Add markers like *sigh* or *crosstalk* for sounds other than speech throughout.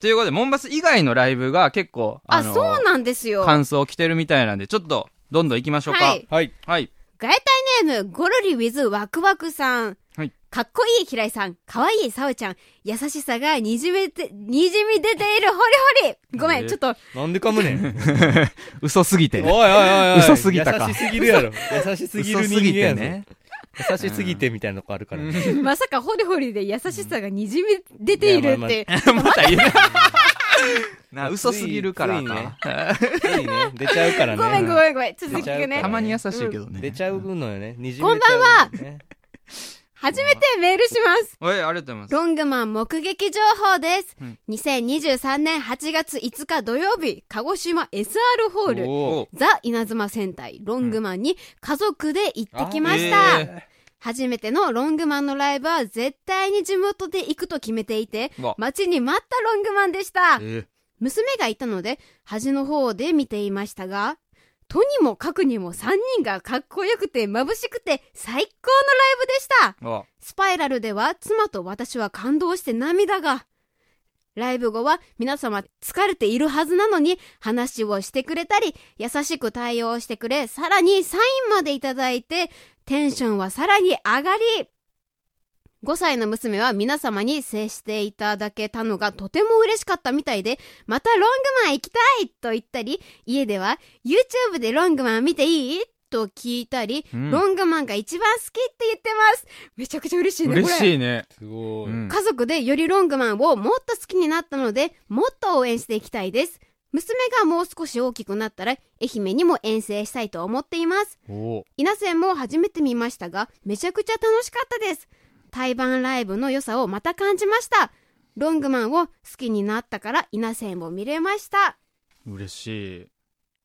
ということで、モンバス以外のライブが結構、あ、のそうなんですよ。感想来てるみたいなんで、ちょっと、どんどん行きましょうか。ははいい。はい。ガエタイネーム、ゴロリウィズワクワクさん。はいかっこいい平井さん、かわいいさおちゃん、優しさがにじみて、にじみ出ているホリホリごめえん、ーちょっと、なんでかむね *laughs* ん。嘘すぎおいて。おいおいおい。嘘すぎたか優しすぎるやろ。優しすぎ嘘る人す間ぎてやぞ *laughs* ね。優しすぎてみたいなとこあるから。いまさかホリホリで優しさがにじみ出ているうんって、また言 *laughs* う。な、嘘すぎるからついねか。いね。出ちゃうからね。ごめんごめんごめん、続出ちゃくうからねた。まに優しいけどね。出ちゃうのよね。にじこんばんはめちゃうよね初めてメールします。おい、ありがとうございます。ロングマン目撃情報です。うん2023年8月5日土曜日、鹿児島 SR ホール、おーザ・稲妻戦隊、ロングマンに家族で行ってきまあした。えー初めてのロングマンのライブは絶対に地元で行くと決めていてうわ、待ちに待ったロングマンでした。え娘がいたので、端の方で見ていましたが、とにもかくにも3人がかっこよくて眩しくて最高のライブでした。ーあスパイラルでは妻と私は感動して涙が。ライブ後は皆様疲れているはずなのに話をしてくれたり、優しく対応してくれ、さらにサインまでいただいて、テンションはさらに上がり、5歳の娘は皆様に接していただけたのがとても嬉しかったみたいで、またロングマン行きたいと言ったり、家では YouTube でロングマン見ていいと聞いたり、うんロングマンが一番好きって言ってます。めちゃくちゃ嬉しいね、こ嬉れ。しいね。すごうい。ん家族でよりロングマンをもっと好きになったので、もっと応援していきたいです。娘がもう少し大きくなったら、愛媛にも遠征したいと思っています。おー稲線も初めて見ましたが、めちゃくちゃ楽しかったです。対バンライブの良さをまた感じました。ロングマンを好きになったから稲線も見れました。嬉し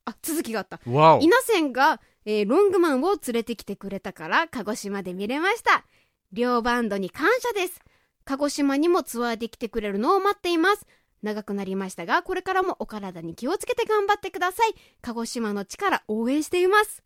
あ、続きがあった。い。わお。稲線が、えーロングマンを連れてきてくれたから鹿児島で見れました両バンドに感謝です鹿児島にもツアーで来てくれるのを待っています長くなりましたがこれからもお体に気をつけて頑張ってください鹿児島の力応援しています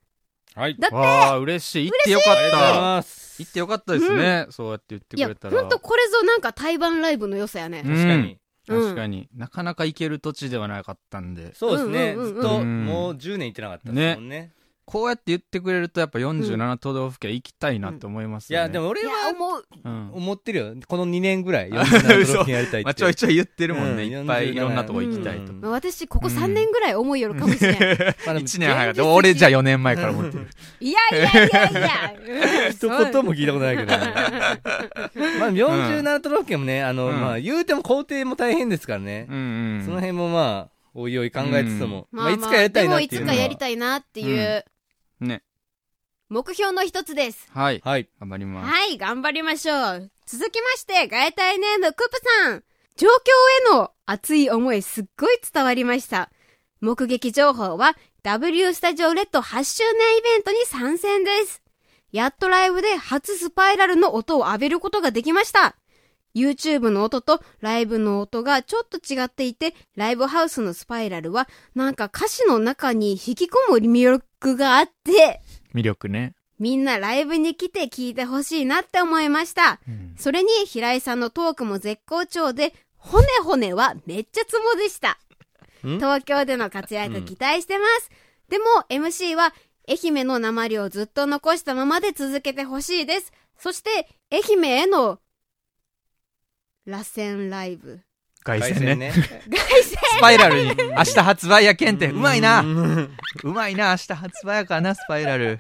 はい。だってわあ、嬉しい。行ってよかありっがとうございた。ます。行ってよかったですね。そうやって言っていくやれたら。ほんとこれぞなんか対バンライブの良さやね、うん確かに。うん確かに、なかなか行ける土地ではなかったんでそうですね。うんうんうんうんずっと、もう10年行ってなかったですもんね。こうやって言ってくれるとやっぱ47都道府県行きたいなって思いますいよね、や、でも俺いやは思ううん、思ってるよ。この2年 *laughs* ぐらい、47都道府県やりたいって。まあ、ちょいちょい言ってるもんね、うんいっぱいいろんなとこ行きたいと、うんまあ私ここ3年ぐらい思いよるかもしれない、 *laughs* まあでも1年早かった俺じゃ4年前から思ってるいやいやいやい *laughs* や、うん一言も聞いたことないけど、ね、まあ47都道府県もね、あの、うんまあ言うても工程も大変ですからねう、ん、うん、その辺もまあおいおい考えつつも、まあまあいつかやりたいなっていでうもいのつはかやりたいなっていう、ね目標の一つですはいはい頑張ります、はい、頑張りましょう。続きまして、外体ネームクプさん。状況への熱い思いすっごい伝わりました。目撃情報は W スタジオレッド8周年イベントに参戦です。やっとライブで初スパイラルの音を浴びることができました。YouTube の音とライブの音がちょっと違っていて、ライブハウスのスパイラルはなんか歌詞の中に引き込む魅力があって、魅力ね、みんなライブに来て聞いてほしいなって思いました。うんそれに平井さんのトークも絶好調で、骨骨はめっちゃツボでした。ん東京での活躍期待してます。でも MC は愛媛の鉛をずっと残したままで続けてほしいです。そして愛媛への螺旋ライブ。凱凱旋旋ねねスパイラルに明日発売やけんってうまいなうんうまいな明日発売やからなスパイラル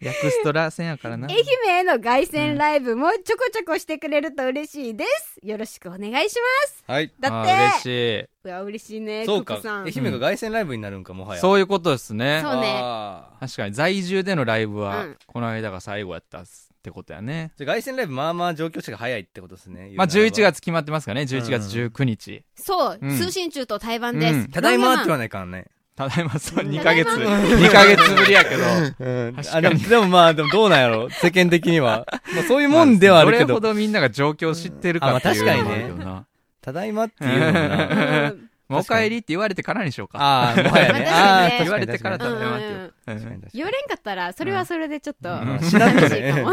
ヤクストラ戦やからな愛媛への凱旋ライブもちょこちょこしてくれると嬉しいです。よろしくお願いします。はいだっあーて、嬉しうわ、嬉しいね。そうかクコさん愛媛が凱旋ライブになるんかもはいやそういうことですねそうねあー確かに在住でのライブは、うんこの間が最後やったっすってことやねじゃあ凱旋ライブまあまあ上京してが早いってことですねまあ11言うならば月決まってますからね11月19日、そう、うん通信中と台湾です。うんただいまっロングて言マわンないからねただいまそううん2ヶ月ただい2ヶ月ぶりやけどうん確かあにでもでもまあでもどうなんやろ世間的に *laughs* は、まあ、そういうもんではあるけどれほどどみんなが状況を知ってるかっていうのもあるけどな、ただいまっていうのもなうんもうお帰りって言われてからにしようか。ああ、もはやね。私ねああ、言われてからだ食ねべますよ。う確かんに確かに言われんかったらそれはそれでちょっとうん悲うんししなくいねかも確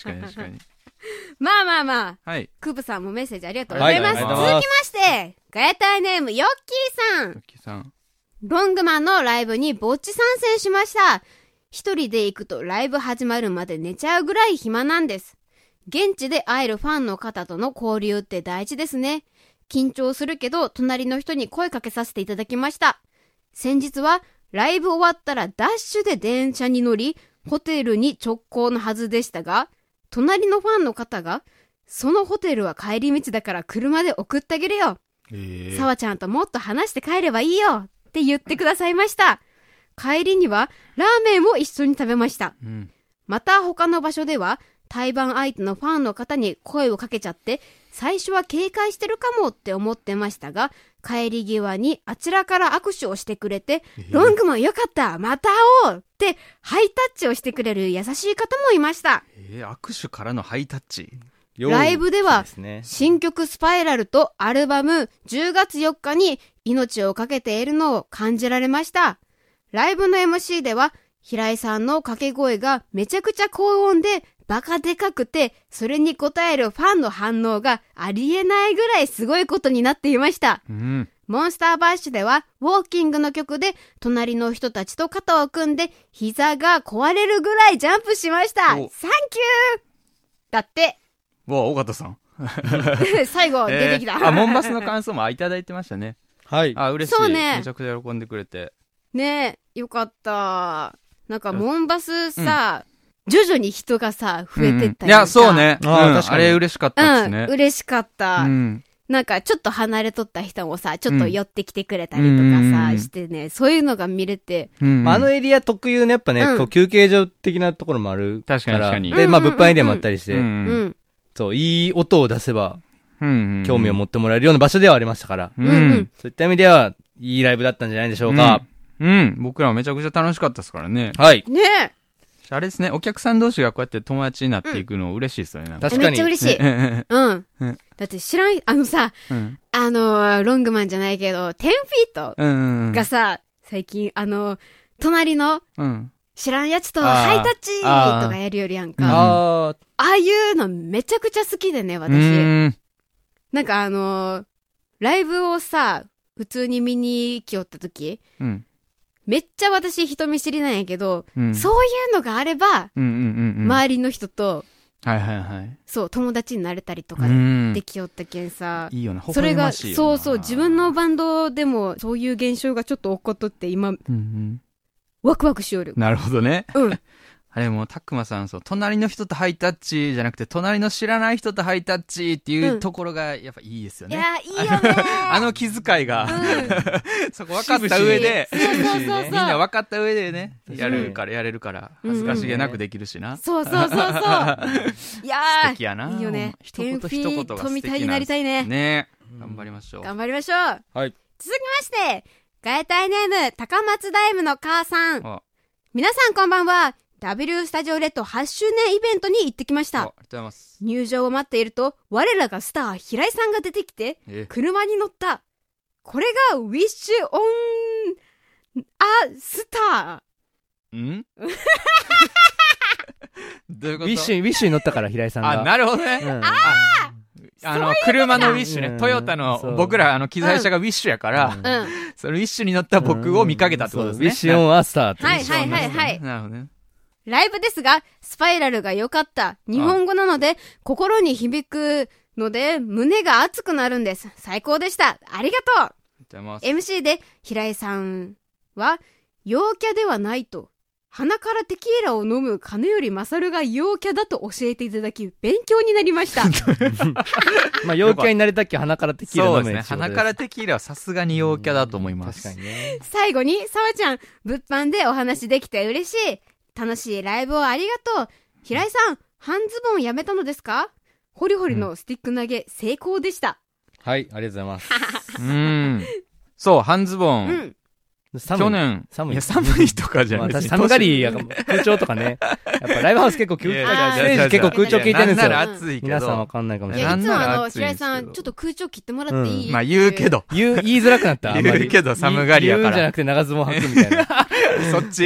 かに確かに。 *laughs* まあまあまあはい。クープさんもメッセージありがとうございます,、はいありがとう続ごきざいまますしてガヤタイネームヨッキーさんトッキーさん。ロングマンのライブにぼっち参戦しました。一人で行くとライブ始まるまで寝ちゃうぐらい暇なんです。現地で会えるファンの方との交流って大事ですね。緊張するけど、隣の人に声かけさせていただきました。先日は、ライブ終わったらダッシュで電車に乗り、ホテルに直行のはずでしたが、隣のファンの方が、そのホテルは帰り道だから車で送ってあげるよ。えさわちゃんともっと話して帰ればいいよって言ってくださいました。帰りにはラーメンを一緒に食べました。うん。また他の場所では対バン相手のファンの方に声をかけちゃって最初は警戒してるかもって思ってましたが帰り際にあちらから握手をしてくれて「ロングもよかったまた会おう!」ってハイタッチをしてくれる優しい方もいました。えー、握手からのハイタッチ。ようライブではそうですね新曲「スパイラル」とアルバム10月4日に命を懸けているのを感じられましたライブの MC では平井さんの掛け声がめちゃくちゃ高音でバカでかくてそれに応えるファンの反応がありえないぐらいすごいことになっていましたうん。モンスターバッシュでは、ウォーキングの曲で、隣の人たちと肩を組んで、膝が壊れるぐらいジャンプしましたサンキュおーだって、 *laughs* わあ、尾形さん。最後出てきた。えーあ、モンバスの感想もあいただいてましたね。はい。あ、嬉しい。そうねめちゃくちゃ喜んでくれて。ねえよかったなんかモンバスさ、徐々に人がさ増えてっうたんいりさや、そうね。うんあー確かあにれ嬉しかっうたですん、ね。嬉しかった、うん。なんかちょっと離れとった人もさちょっと寄ってきてくれたりとうんかうさんしてねそういうのが見れてうんまあ、あのエリア特有のやっぱね、うんこう休憩所的なところもあるから。確かに確かにで、まあ、うんうんうん物販エリアもあったりして、うん、んそう、いい音を出せば、うん興味を持ってもらえるような場所ではありましたから、ううんうんん。そういった意味では、いいライブだったんじゃないでしょううんか。。うん。僕らもめちゃくちゃ楽しかったですからね。はい。ねえあれですね、お客さん同士がこうやって友達になっていくの嬉しいですよね。なんか確めかっに。ちゃ嬉しい、ねうんうんだって知らんあのさうん。あのーロングマンじゃないけど10フィートうんうんうん。がさ最近あの隣のうん。知らんやつとあーハイタッチあーとかやるよりやうんんかあー、ああいうのめちゃくちゃ好きでね、う私。ーんなんかあのーライブをさ、普通に見に来よった時、うん。めっちゃ私人見知りなんやけど、うん。そういうのがあれば、うんうんうんうん。周りの人と、はいはいはい。そう、友達になれたりとかうんできよったけんさ、いいよな、微それ笑が、ましいよなそうそう、自分の、バンドでも、そういう現象がちょっと起こっとって、今、うんうん。ワクワクしよる。なるほど *laughs* ね。うん。あれもう、たくまさん、そう、隣の人とハイタッチじゃなくて、隣の知らない人とハイタッチっていうんうところが、やっぱいいですよいね。や、いいよねあの気遣いが、う *laughs* ん。そこ分かった上で、そうそうそうそうみんな分かった上でね、確やかにるから、やれるから、うん恥ずかしげなくできるしな。そうそうそ *laughs* うそう。いやー素敵やないいよね。一言テンフィートみたい一言が素敵なんですになりたいね。ね頑張りましょう。頑張りましょう。はい。続きまして、ガエタイネーム、高松ダイムの母さん。あ皆さんこんばんは。W スタジオレッド8周年イベントに行ってきましあありがたと。うございます。入場を待っていると、我らがスター、平井さんが出てきて、え車に乗った。これが、ウィッシュオン、あ、スタん *laughs* どういうウこィとッシュ、ウィッシュに乗ったから、平井さんが。あ、なるほどね。うんあの、車のウィッシュうね。んトヨタその、う僕ら、あの、機材車がウィッシュやから、ー。うん。そのウィッシュに乗った僕を見かけたってことですね。ウィッシュオンアスターっていうはいはいはいはい。なるほどね。ライブですが、スパイラルが良かった。日本語なので、心に響くので、胸が熱くなるんです。最高でした。ありがありとがとうございますう。MC で、平井さんは、陽キャではないと。鼻からテキーラを飲む金より勝が陽キャだと教えていただき、勉強になりました。まあ、陽キャになれたっけ鼻からテキーラ飲そうむですね。やつってこと鼻からテキーラはさすがに陽キャだと思います。確かにね。最後に、さわちゃん、物販でお話できて嬉しい。楽しいライブをありがとう。平井さん、半ズボンやめたのですかホリホリのスティック投げ、成功でした。 *laughs* はい、ありがとうございます。うん。そう、半ズボうン。ん。寒い去年、寒いいや、寒いとかじゃまあない私寒がりやから空 *laughs* 調とかねやっぱライブハウス結構空い調やいやステージ結構空調効いてるんですなんなよら暑いけど。皆さんわかんないかもしいれやなや、いいつもあの、暑いん平です井けどさん、ちょっと空調切ってもらっていいまあ言うけど。言う言いづらくなったあんま言うりけど寒がりや言かうんじゃらな。くて長ズボン履くみたいなそっ *laughs* ち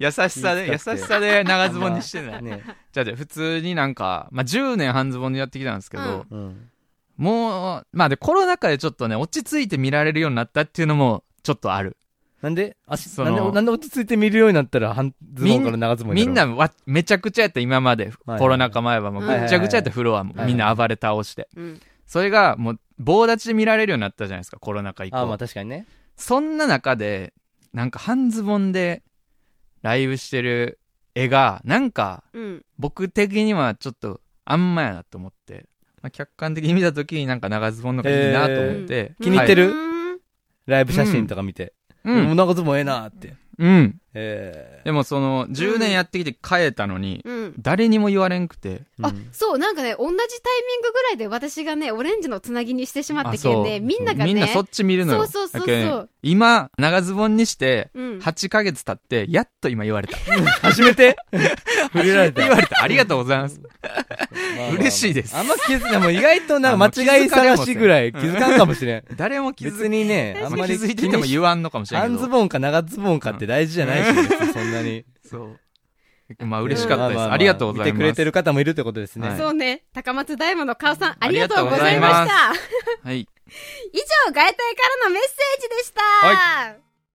優しさで、気優遣しってさで長ズボンにしてない。 *laughs* ねじゃあじゃあ普通になんか、まあ10年半ズボンでやってきたんですけど、うんもう、まあでコロナ禍でちょっとね、落ち着いて見られるようになったっていうのもちょっとある。なんで足そなのんでなんで落ち着いて見るようになったら半ズボンから長ズボンみにんななるわめちゃくちゃやった今まで、はいコロナ禍前はもうぐっちゃぐちゃやったフロアもはいはいみんな暴れ倒して。うん。それがもう棒立ちで見られるようになったじゃないですか、コロナ禍以あまあ降。確かにねそんな中で、なんか半ズボンでライブしてる絵が、なんかうん。僕的にはちょっとあんまやなと思って、まあ、客観的に見た時になんか長ズボンの方がいいなと思って、えー気に入ってるうーんライブ写真とか見てはいうん、長ズボンええなってうん、えでもその10年やってきて変えたのに、うん。誰にも言われんくてーあうん、そう、なんかね、同じタイミングぐらいで私がね、オレンジのつなぎにしてしまったけんあそで、うみんながみね、んなそっち見るのよそうそうそうそだうけん今長ズボンにしてうん。 8ヶ月経ってやっと今言われた初めて触れられた言われたありがとうございます *laughs* 嬉しいですあんま気づかない。もう意外となんか間違い探しぐらい気づかんかもしれん。誰も気づ別にね、ああんんままりり気づいてても言わんのかもしれん半けズどボンか長ズボンかって大事じゃないし、別にそんなに。そうまあ *laughs* 嬉しかったです、まままありがとうござい見ますてくれてる方もいるってことですね。はいそうね、高松大魔の顔さん、あありりががとうとうごござざいいまますした。はい以上、外体からのメッセージでした。は